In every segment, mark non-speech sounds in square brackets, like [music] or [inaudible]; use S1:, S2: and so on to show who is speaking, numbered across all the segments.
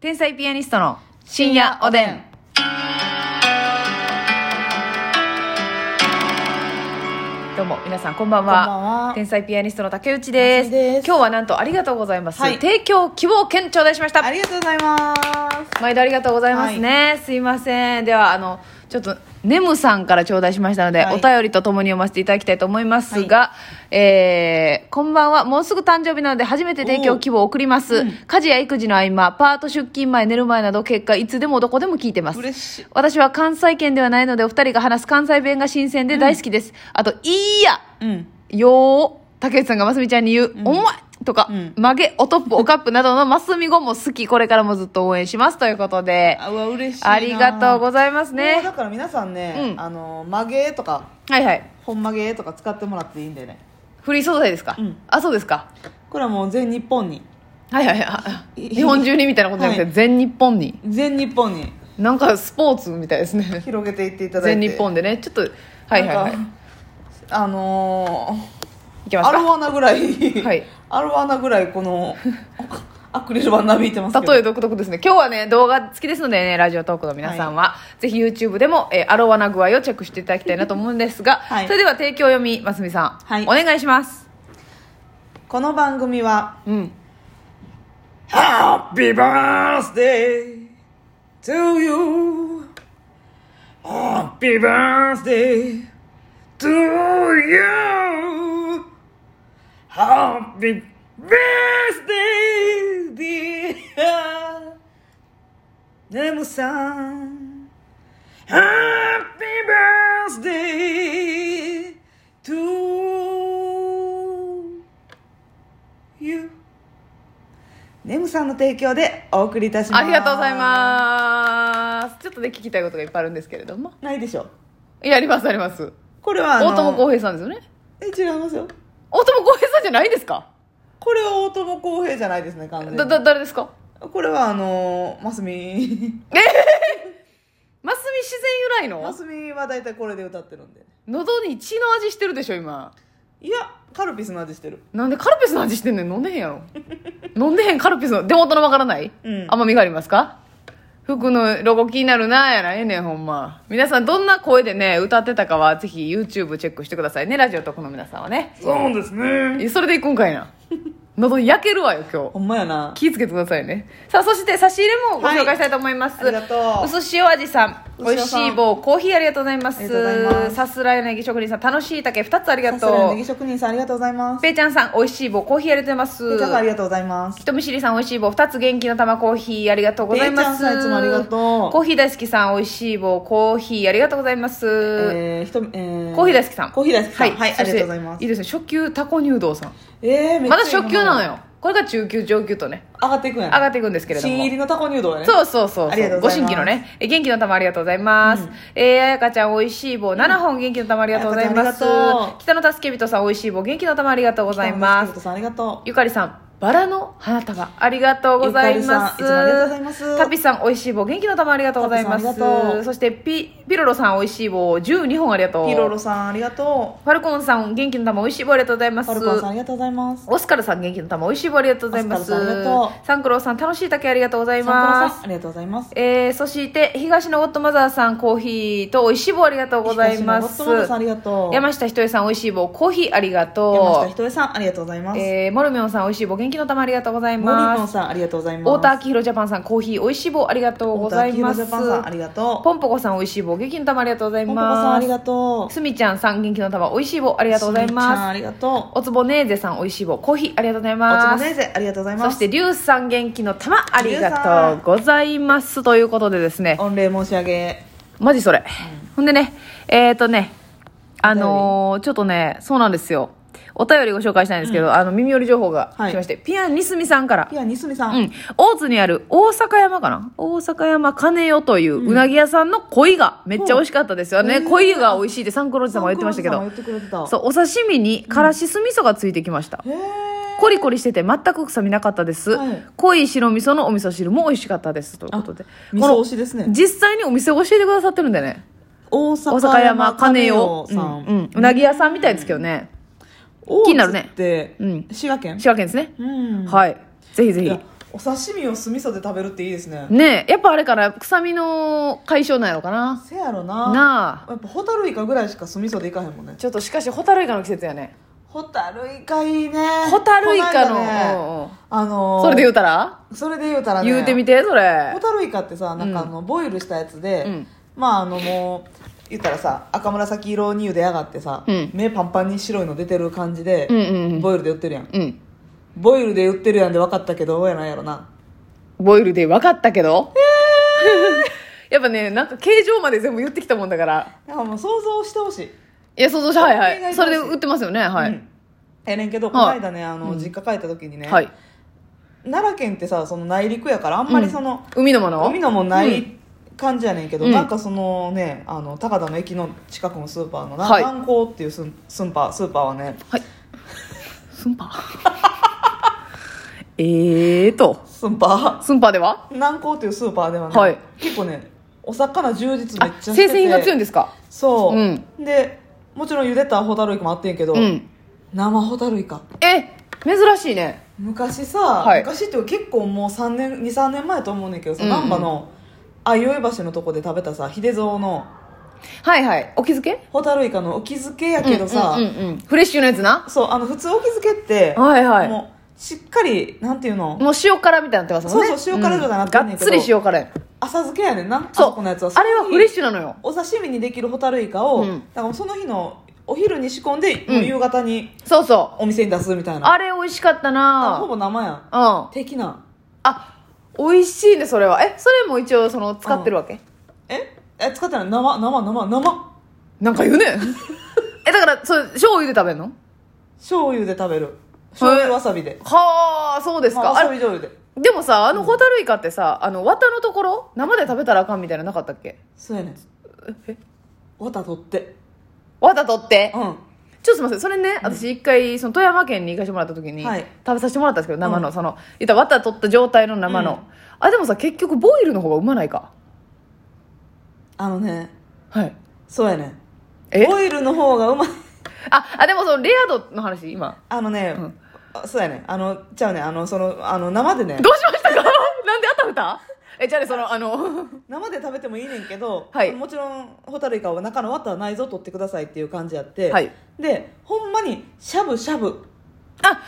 S1: 天才ピアニストの深夜おでん。どうも皆さんこんばんは。
S2: こんばんは
S1: 天才ピアニストの竹内です。
S2: 松井です
S1: 今日はなんとありがとうございます。
S2: はい
S1: 提供希望券頂戴しました
S2: あ。りがとうございます
S1: 毎度ありがとうございますね。すいません。ではあのちょっとネムさんから頂戴しましたので、
S2: はい
S1: お便りとともに読ませていただきたいと思いますが、えーこんばんは。もうすぐ誕生日なので初めて提供希望を送ります。家事や育児の合間、パート出勤前、寝る前など結果いつでもどこでも聞いてます。
S2: 嬉しい
S1: 私は関西圏ではないのでお二人が話す関西弁が新鮮で大好きです、あと「いいや
S2: うん」
S1: よー竹内さんがますみちゃんに言う「お前!」とか、
S2: うん
S1: 曲げ、おトップ、おカップなどのますみ語も好き、これからもずっと応援します。ということで、
S2: あうわ嬉しいな
S1: ありがとうございます
S2: もう
S1: ね
S2: だ。から皆さんね、
S1: うん
S2: あの曲げとか
S1: はいはい。
S2: 本曲げとか使ってもらっていいんでね
S1: フリー素材ですか、
S2: うん
S1: あ、そうですか。
S2: これはもう全日本に
S1: はいはいはい。[laughs]
S2: い
S1: 日本中にみたいなことじゃなくて、
S2: はい
S1: 全日本に。
S2: 全日本に
S1: なんかスポーツ [laughs] みたいですね。
S2: 広げていっていただい
S1: 全
S2: て
S1: 日本でね。ちょっと、はいはいは
S2: ないん。かあの
S1: いき
S2: ー、
S1: ます
S2: ア
S1: か。
S2: ロワナぐらい、
S1: はい
S2: アロワナぐらい
S1: [laughs]
S2: このアクリル板なびいてますけど
S1: 例え独特ですね今日はね動画付きですのでねラジオトークの皆さんは、ぜひ YouTube でも、えーアロワナ具合をチェックしていただきたいなと思うんですが、
S2: はい
S1: それでは提供読みますみさん、
S2: はい
S1: お願いします
S2: この番組は
S1: うん
S2: ハッピーバースデー to you ハッピーバースデー to you ハッピーバースデー dear ネムさんハッピーバースデー to you ネムさんの提供でお送りいたします
S1: ありがとうございますちょっとね聞きたいことがいっぱいあるんですけれども
S2: すないでしょ
S1: いやありますあります
S2: これはあの
S1: 大友康平さんですよね
S2: え違いますよ
S1: 大友康平さんじゃないんですか
S2: これは大友康平じゃないですね完全に
S1: だだ誰ですか
S2: これはあのマスミ [laughs]
S1: ますみ自然由来
S2: マ
S1: の
S2: スミは大体これで歌ってるんで
S1: 喉に血の味してるでしょ今
S2: いやカルピスの味してる
S1: なんでカルピスの味してんねん飲んでへんやろ [laughs] 飲んでへんカルピスの出元のわからない、
S2: うん
S1: 甘みがありますか服のロゴ気になるなやらええねんほんま皆さんどんな声でね歌ってたかはぜひ YouTube チェックしてくださいねラジオとこの皆さんはね
S2: そうですね
S1: えそれでいくんか
S2: [laughs]
S1: いな喉焼けるわよ今
S2: ほ
S1: 日
S2: んまやな
S1: 気ぃつけてくださいねさあそして差し入れもご紹介したいと思います、
S2: はいありがとう
S1: 薄塩味さん
S2: 薄
S1: 美
S2: 塩
S1: 味し
S2: さん
S1: い棒コーヒーありがとうございま
S2: ありがとうございますす
S1: さすらいネギ職人さん楽しい竹2つありが
S2: さす
S1: と
S2: らいネギ
S1: う
S2: 職人さんありがとうございます
S1: ぺーちゃんさん美味しい棒コーヒーありがとうございます
S2: ペタさんありがとうございます
S1: 人見知りさんおいしい棒2つ元気の玉コーヒーありがとうございます
S2: ペイちゃんさんいつもありがとう
S1: コーヒー大好きさんおいしい棒コーヒーありがとうございます、
S2: えー、ひとえー、
S1: コーヒー大好きさん
S2: コーヒー大好きさんはい、
S1: そ
S2: あ
S1: して
S2: りがとうございます
S1: いいですね初級タコ入道さん
S2: えー、めっちゃいい
S1: まだ初級なのよこれが中級上級とね
S2: 上がっていくんや
S1: 上
S2: な
S1: がっていくんですけれども
S2: 新入りのタコ入道やね
S1: そうそうそう
S2: ありがとう
S1: ご
S2: ござい
S1: 新
S2: ま
S1: 規
S2: す
S1: のねえ元気の玉ありがとうございます、えーあやかちゃんおいしい棒7本元気の玉ありがとうございます、
S2: あやかちゃんありがとう
S1: 北野助人さんおいしい棒元気の玉ありがとうご
S2: ご
S1: ざいます
S2: さんありがとう
S1: ゆかりさんバラの花束ありがとうございます
S2: ゆかりさんいつもありがとうございます
S1: タピさんおいしい棒元気の玉ありがとうございます
S2: タピさんありがとう
S1: そしてピピロロさんおいしい棒12本ありがとう
S2: ピロロさんありがと
S1: ファルコンさん元気の玉おいしい棒ありがとうございま
S2: う
S1: す
S2: パルコンさんありがとうございます
S1: オスカルさん元気の玉おいしい棒ありがとうございます
S2: オスカルさんありがと
S1: サンクローさん楽しい竹ありがとうござい
S2: サンコロ
S1: ま
S2: さ
S1: す
S2: んありがとうございます
S1: えー、そして東のゴッドマザーさんコーヒーとおいしい棒ありがとうございます
S2: 東のゴッドマザーさんありがとう
S1: 山下ひとえさんおいしい棒コーヒーありがとう
S2: 山下ひとえさんありがとうございますモ
S1: えー、モルミョンさんおいしい棒元気の玉ありがとうござい
S2: リコ
S1: ま
S2: ン
S1: す
S2: さんありがとうございます
S1: 太田明宏ジャパンさんコーヒーおいしい棒ありがとうございます
S2: 太田明宏ジャパンさんありがとう
S1: ポンポコさんおいしい棒元気の玉ありがとうござい
S2: ポンポコさん
S1: ま
S2: あり
S1: す
S2: がとう
S1: すみちゃんさん元気の玉おいしい棒あり
S2: あ
S1: がとうござい
S2: ちゃん
S1: ま
S2: あ
S1: す
S2: りがとう
S1: おつぼねーぜさんおいしい棒コーヒーありがとうござい
S2: おつ
S1: ま
S2: ぼ
S1: す
S2: ねーぜありがとうございま
S1: そ
S2: す
S1: してりゅうさん元気の玉ありがとうございますということでですね
S2: 御礼申し上げ
S1: マジそれ、ほんでねえっ、ー、とねあのーちょっとねそうなんですよお便りご紹介したいんですけど、あの耳寄り情報が
S2: はい
S1: 来まして、ピアニスミさんから
S2: いやにすみさん、
S1: うん、大津にある大阪山かな大阪山金代といううなぎ屋さんの鯉がめっちゃ美味しかったですよね、
S2: うん
S1: 鯉が美味しいって三九郎さんも言ってましたけど
S2: サンコロさんも言ってくれてた
S1: そうお刺身にからし酢味噌がついてきました、
S2: へえ
S1: コリコリしてて全く臭みなかったです、
S2: はい
S1: 濃い白味噌のお味噌汁も美味しかったですということで
S2: 味
S1: この
S2: 噌推しですね
S1: 実際にお店を教えてくださってるんでね
S2: 大
S1: 大
S2: 阪
S1: 阪山
S2: 山
S1: 金代
S2: 金代さ
S1: さん、うん
S2: ん
S1: うなぎ屋さんみたいですけどね、
S2: 大津
S1: 気になるね
S2: って
S1: うん
S2: 滋賀県
S1: 滋賀県ですね、
S2: うん
S1: はいぜひぜ
S2: い
S1: ひ
S2: やお刺身を酢味噌で食べるっていいですね
S1: ねえやっぱあれから臭みの解消なんやろかな
S2: せやろな
S1: なあ
S2: やっぱホタルイカぐらいしか酢味噌でいかへんもんね
S1: ちょっとしかしホタルイカの季節やね
S2: ホタルイカいいね
S1: ホタルイカの
S2: こ間ね
S1: うんうん
S2: あのー
S1: それで言うたら
S2: それで言うたらね
S1: 言うてみてそれ
S2: ホタルイカってさなんかあの、ボイルしたやつで、
S1: うん
S2: まああのもう言ったらさ赤紫色に茹で上がってさ、
S1: うん
S2: 目パンパンに白いの出てる感じで、
S1: うんうんうん
S2: ボイルで売ってるやん
S1: うん
S2: ボイルで売ってるやんで分かったけどやなんやろな
S1: ボイルで分かったけど [laughs] やっぱねなんか形状まで全部言ってきたもんだから
S2: なんかもう想像してほしい
S1: いや想像したはい
S2: お
S1: は
S2: 願い
S1: い
S2: しま
S1: そ
S2: す
S1: れで売ってますよねはい、
S2: うんええねんけど、
S1: い
S2: この間ねあの、実家帰った時にね、
S1: はい
S2: 奈良県ってさその内陸やからあんまりその、
S1: 海のもの
S2: 海のもんない感じやねんけど、
S1: うん
S2: なんかそのねあの高田の駅の近くのスーパーのな
S1: はい
S2: 南港っていうスンスンパースーパーはね
S1: はいスンパーえーと
S2: スンパー
S1: スンパーでは
S2: [laughs] 南港っていうスーパーではね、
S1: はい
S2: 結構ねお魚充実めっ
S1: あ
S2: ちゃして
S1: 生
S2: て
S1: 鮮品が強いんですか
S2: そう、
S1: うん
S2: でもちろん茹でたホタルイカもあってんけど、
S1: うん
S2: 生ホタルイカ
S1: え珍しいね
S2: 昔さ、
S1: はい
S2: 昔っていうか結構もう3年23年前やと思うねんけどさ、
S1: うんうん
S2: 難波の相生橋のとこで食べたさ秀蔵の
S1: はいはいお気づけ
S2: ホタルイカのお気づけやけどさ、
S1: うんうんうんうんフレッシュのやつな
S2: そうあの普通お気づけって、
S1: はいはいも
S2: もうしっかりなんていうの
S1: う塩辛みたいになってますもんね
S2: そうそう塩辛じゃなくて
S1: うんが
S2: ねん
S1: っ
S2: け
S1: つ
S2: ど
S1: り塩辛や
S2: 浅漬けやねんな
S1: そ
S2: あこのやつは
S1: うあれはフレッ
S2: し
S1: シュなのよ
S2: お刺身にできるホタルイカを、
S1: うん
S2: だからその日のお昼に仕込んで、
S1: うん
S2: 夕方に
S1: そうそ
S2: お店に出すみたいうな
S1: あれ美味しかった
S2: あほ
S1: な
S2: ぼ生やん
S1: うん
S2: 的な
S1: あ美味しいねそれはえそれも一応その使ってるわけ
S2: ええ使ってない生生生生
S1: なんか言うね [laughs] えだからそれ醤油で食べるの
S2: 醤油で食べる醤油わさびで
S1: はあそうです
S2: まあ
S1: か、
S2: わ
S1: あ
S2: さ
S1: れ
S2: び醤油で
S1: でもさあのホタルイカってさ、あの綿のところ生で食べたらあかんみたいなのなかったっけ
S2: そうやねん
S1: え
S2: 綿取って
S1: 綿取って
S2: うん
S1: ちょっとすいませんそれね私一回その富山県に行かせてもらった時に、
S2: はい
S1: 食べさせてもらったんですけど生の、
S2: う
S1: そのいったら綿取った状態の生の、
S2: うん
S1: あでもさ結局ボイルの方がうまないか
S2: あのね
S1: はい
S2: そうやねん
S1: え
S2: オイルの方がうまい
S1: ああでもそのレア度の話今
S2: あのね、
S1: うん
S2: あそうやねんあのちゃうねんあのそのあの生でね
S1: どうしましたか [laughs] なんで温めたえじゃあねそのあの [laughs]
S2: 生で食べてもいいねんけど、
S1: はい
S2: もちろんホタルイカは中の綿はないぞ取ってくださいっていう感じやって、
S1: はい
S2: でほんまにしゃぶしゃぶ
S1: あ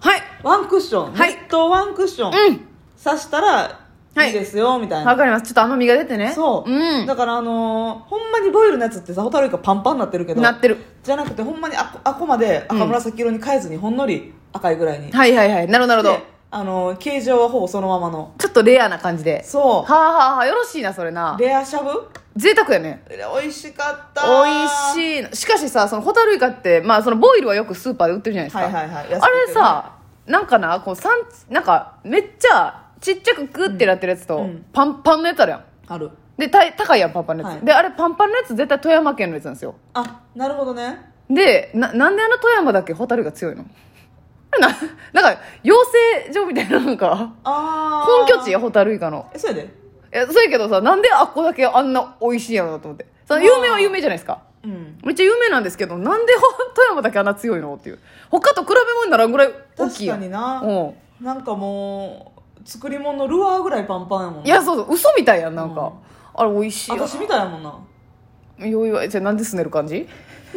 S1: はい
S2: ワンクッション
S1: はい
S2: 熱湯ワンクッション、
S1: うん
S2: 刺したら
S1: はい
S2: いいですよ、みたい
S1: わ
S2: な
S1: かりますちょっと甘みが出てね
S2: そう、
S1: うん
S2: だからあのーほんまにボイルのやつってさホタルイカパンパンになってるけど
S1: なってる
S2: じゃなくてほんまにあこあこまで赤紫色に変えずにほんのり赤いぐらいに、
S1: はいはいはいなるほどなるほ
S2: で
S1: ど
S2: あのー形状はほぼそのままの
S1: ちょっとレアな感じでは
S2: そ
S1: あ、はあはあ、よろしいなそれな
S2: うレアしゃぶ
S1: 贅沢やね
S2: 美味しかった
S1: 美
S2: い
S1: 味しいなしかしさそのホタルイカってまあそのボイルはよくスーパーで売ってるじゃないですか、
S2: はいはいはい安くてね
S1: あれさなんかなこうさんなんかめっちゃちっちゃくグってなってるやつと、
S2: うんうん
S1: パンパンのやつあるやん
S2: ある
S1: でた高いやんパンパンのやつ、
S2: はい
S1: であれパンパンのやつ絶対富山県のやつなんですよ
S2: あなるほどね
S1: でななんであの富山だけホタルが強いの [laughs] あれななんか養成所みたいななんか
S2: ああ
S1: 本拠地やホタルイカの
S2: えそれで
S1: いやそうやけどさなんであっこだけあんな美味しいんやろなと思ってその有名は有名じゃないですか
S2: うん
S1: めっちゃ有名なんですけどなんでほ富山だけあんな強いのっていう他と比べ物にならんぐらい大きい
S2: 確
S1: や
S2: か
S1: ん
S2: にな、
S1: うん
S2: なんかもう作り物のルアーぐらいパンパンやもんない
S1: やそうそう嘘みたいやんなんか、
S2: うん
S1: あれ美味しいよ
S2: 私みたいやもんな
S1: 余裕はじゃあなんで拗ねる感じ [laughs]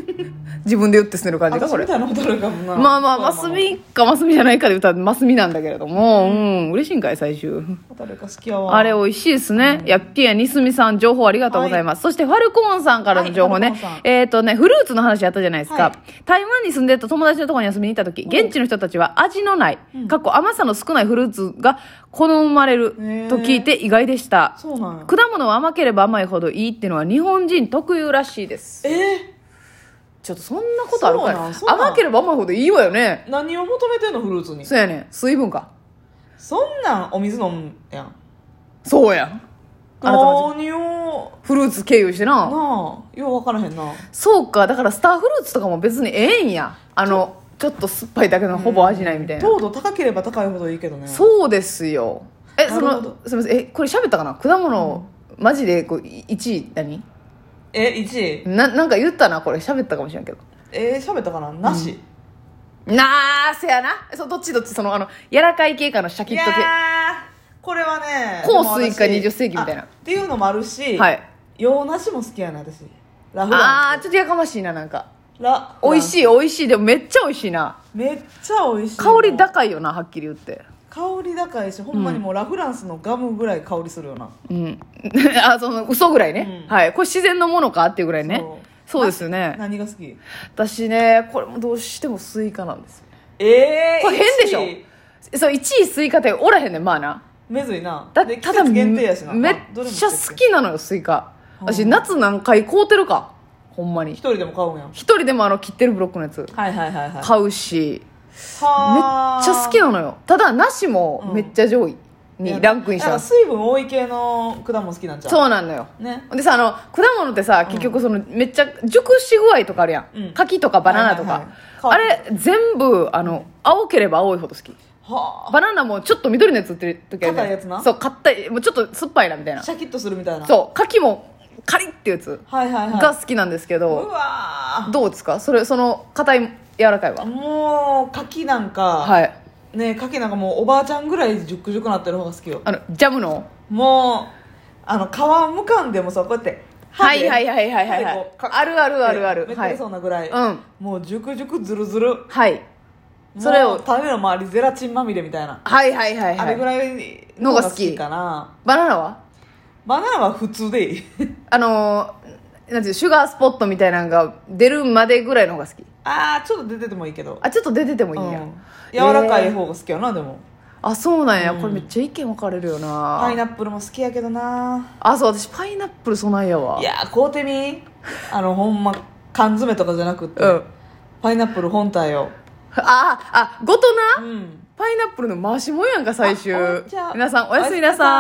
S1: 自分で言って拗ねる感じか
S2: 私
S1: これ
S2: みたいなホタルイカもんな
S1: まあまあ、マス
S2: そうやもんな
S1: ミかマスミじゃないかで歌うマスミなんだけれども、うん、嬉しいんかい、最終。
S2: ホタルイカ好きやわ
S1: あれ美味しいですね。やっぴやにすみさん、情報ありがとうございます。そして、ファルコーンさんからの情報ね。
S2: はいファルコーンさん
S1: えっ、とね、フルーツの話あったじゃないですか。
S2: は
S1: 台湾に住んでた友達のところに遊びに行った時、現地の人たちは味のない、かっこ甘さの少ないフルーツが好まれると聞いて意外でした。
S2: そうなんや
S1: 果物は甘ければ甘いほどいいっていうのは日本人特有らしいです。
S2: え
S1: ちょっとそんなことあるかい
S2: そうなんそうなん
S1: 甘ければ甘いほどいいわよね。
S2: ー、何を求めてんのフルーツに
S1: そうやねん水分か
S2: そんなんお水飲むやん
S1: そうやん改めて
S2: 何を
S1: フルーツ経由してな
S2: なあよう分からへんな
S1: そうかだからスターフルーツとかも別にええんやあのちょっと酸っぱいだけのほぼ味ないみたいな、
S2: 糖度高ければ高いほどいいけどね
S1: そうですよえそ
S2: なるほ
S1: の
S2: ど
S1: すみませんえこれ喋ったかな果物、マジでこうい1位何
S2: え1位
S1: ななんか言ったなこれ喋ったかもしれんけど
S2: えー、喋ったかななし、
S1: なあせやなそうどっちどっちそのあの柔らかい系かのシャキ
S2: い
S1: ッ
S2: や
S1: と系
S2: ーこれはね
S1: 香水か
S2: でも私
S1: 20世紀みたいな
S2: あっていうのもあるし、
S1: はい
S2: 洋梨も好きやな私ラフラ
S1: あーちょっとやかましいななんか
S2: ンラ
S1: 美味しい
S2: い
S1: 美味しいでもめっちゃ美味しいな
S2: めっちゃ美味しい
S1: 香り高いよなはっきり言って
S2: 香り高いしほんまにもうラフランスのガムぐらい香りするよな、
S1: うん [laughs] あその嘘ぐらいね、
S2: うん
S1: はいこれ自然のものかっていうぐらいね
S2: そ
S1: そううですよね
S2: 何が好き
S1: 私ねこれもどうしてもスイカなんですよ
S2: ええー、
S1: これ変でしょ
S2: 1位
S1: そう1位スイカっておらへんねんまあな
S2: めずいな
S1: だ
S2: で季
S1: ただ
S2: 節限定やしな
S1: めっ
S2: どれも季
S1: ちゃ
S2: 節
S1: 好
S2: 限定
S1: きなのよスイカ
S2: うん
S1: 私夏何回買うてるかほんまに
S2: 一人でも買うんやん
S1: 一人でもあの切ってるブロックのやつ
S2: はいはいはいはいめっち
S1: 買うしめっちゃ好きなのよただ梨もめっちゃ上位にランクインしたの
S2: 水分多い系の果物好きなんちゃう
S1: そうなんのよ
S2: ね
S1: でさあの果物ってさ結局その、めっちゃ熟し具合とかあるやん、
S2: うん
S1: 柿とかバナナとか、
S2: はいはいはい
S1: あれ全部あの青ければ青いほど好き
S2: は
S1: バナナもちょっと緑のやつ売ってる時あるじゃん
S2: 硬いやつな
S1: そう硬いもうちょっと酸っぱいなみたい
S2: あ
S1: な
S2: シャキッとするみたいなう
S1: そう柿もカリッってやつ
S2: はいはいはい
S1: が好きなんですけ
S2: う
S1: ど、
S2: わ
S1: どうですかそれその硬い柔らかい
S2: ー
S1: は
S2: もう柿なんか、
S1: はい
S2: ね柿なんかもうおばあちゃんぐらいジュックジュクなってる方が好きよ
S1: あのジャムの
S2: もうあの皮むかんでもさこうやって
S1: はいはい
S2: い
S1: はいはいはいはい
S2: でこうか
S1: あるあるあるあ
S2: め
S1: る
S2: っちゃ
S1: は
S2: 出
S1: い
S2: そうなぐらい、
S1: うん
S2: もうジュクジュクズルズル
S1: はいそれを
S2: もう食べる周りゼラチンまみれみたいな、
S1: はいはいはい
S2: あれぐ
S1: はい
S2: らい
S1: のが好き
S2: のかな
S1: バナナは
S2: バナナは普通でい [laughs] い
S1: あのーなんていうシュガースポットみたいなのが出るまでぐらいの方が好き
S2: ああちょっと出ててもいいけど
S1: あちょっと出ててもいいや、
S2: うん柔らかい方が好きやなでも
S1: あそうなんや、
S2: うん
S1: これめっちゃ意見分かれるよな
S2: パイナップルも好きやけどな
S1: あそう私パイナップルそないやわ
S2: いやー買うてみあのほんま缶詰とかじゃなくって、
S1: うん
S2: パイナップル本体を
S1: ああごとな
S2: うん
S1: パイナップルの回しもんやんか最終
S2: あおいちゃう
S1: 皆さんおやすみなさい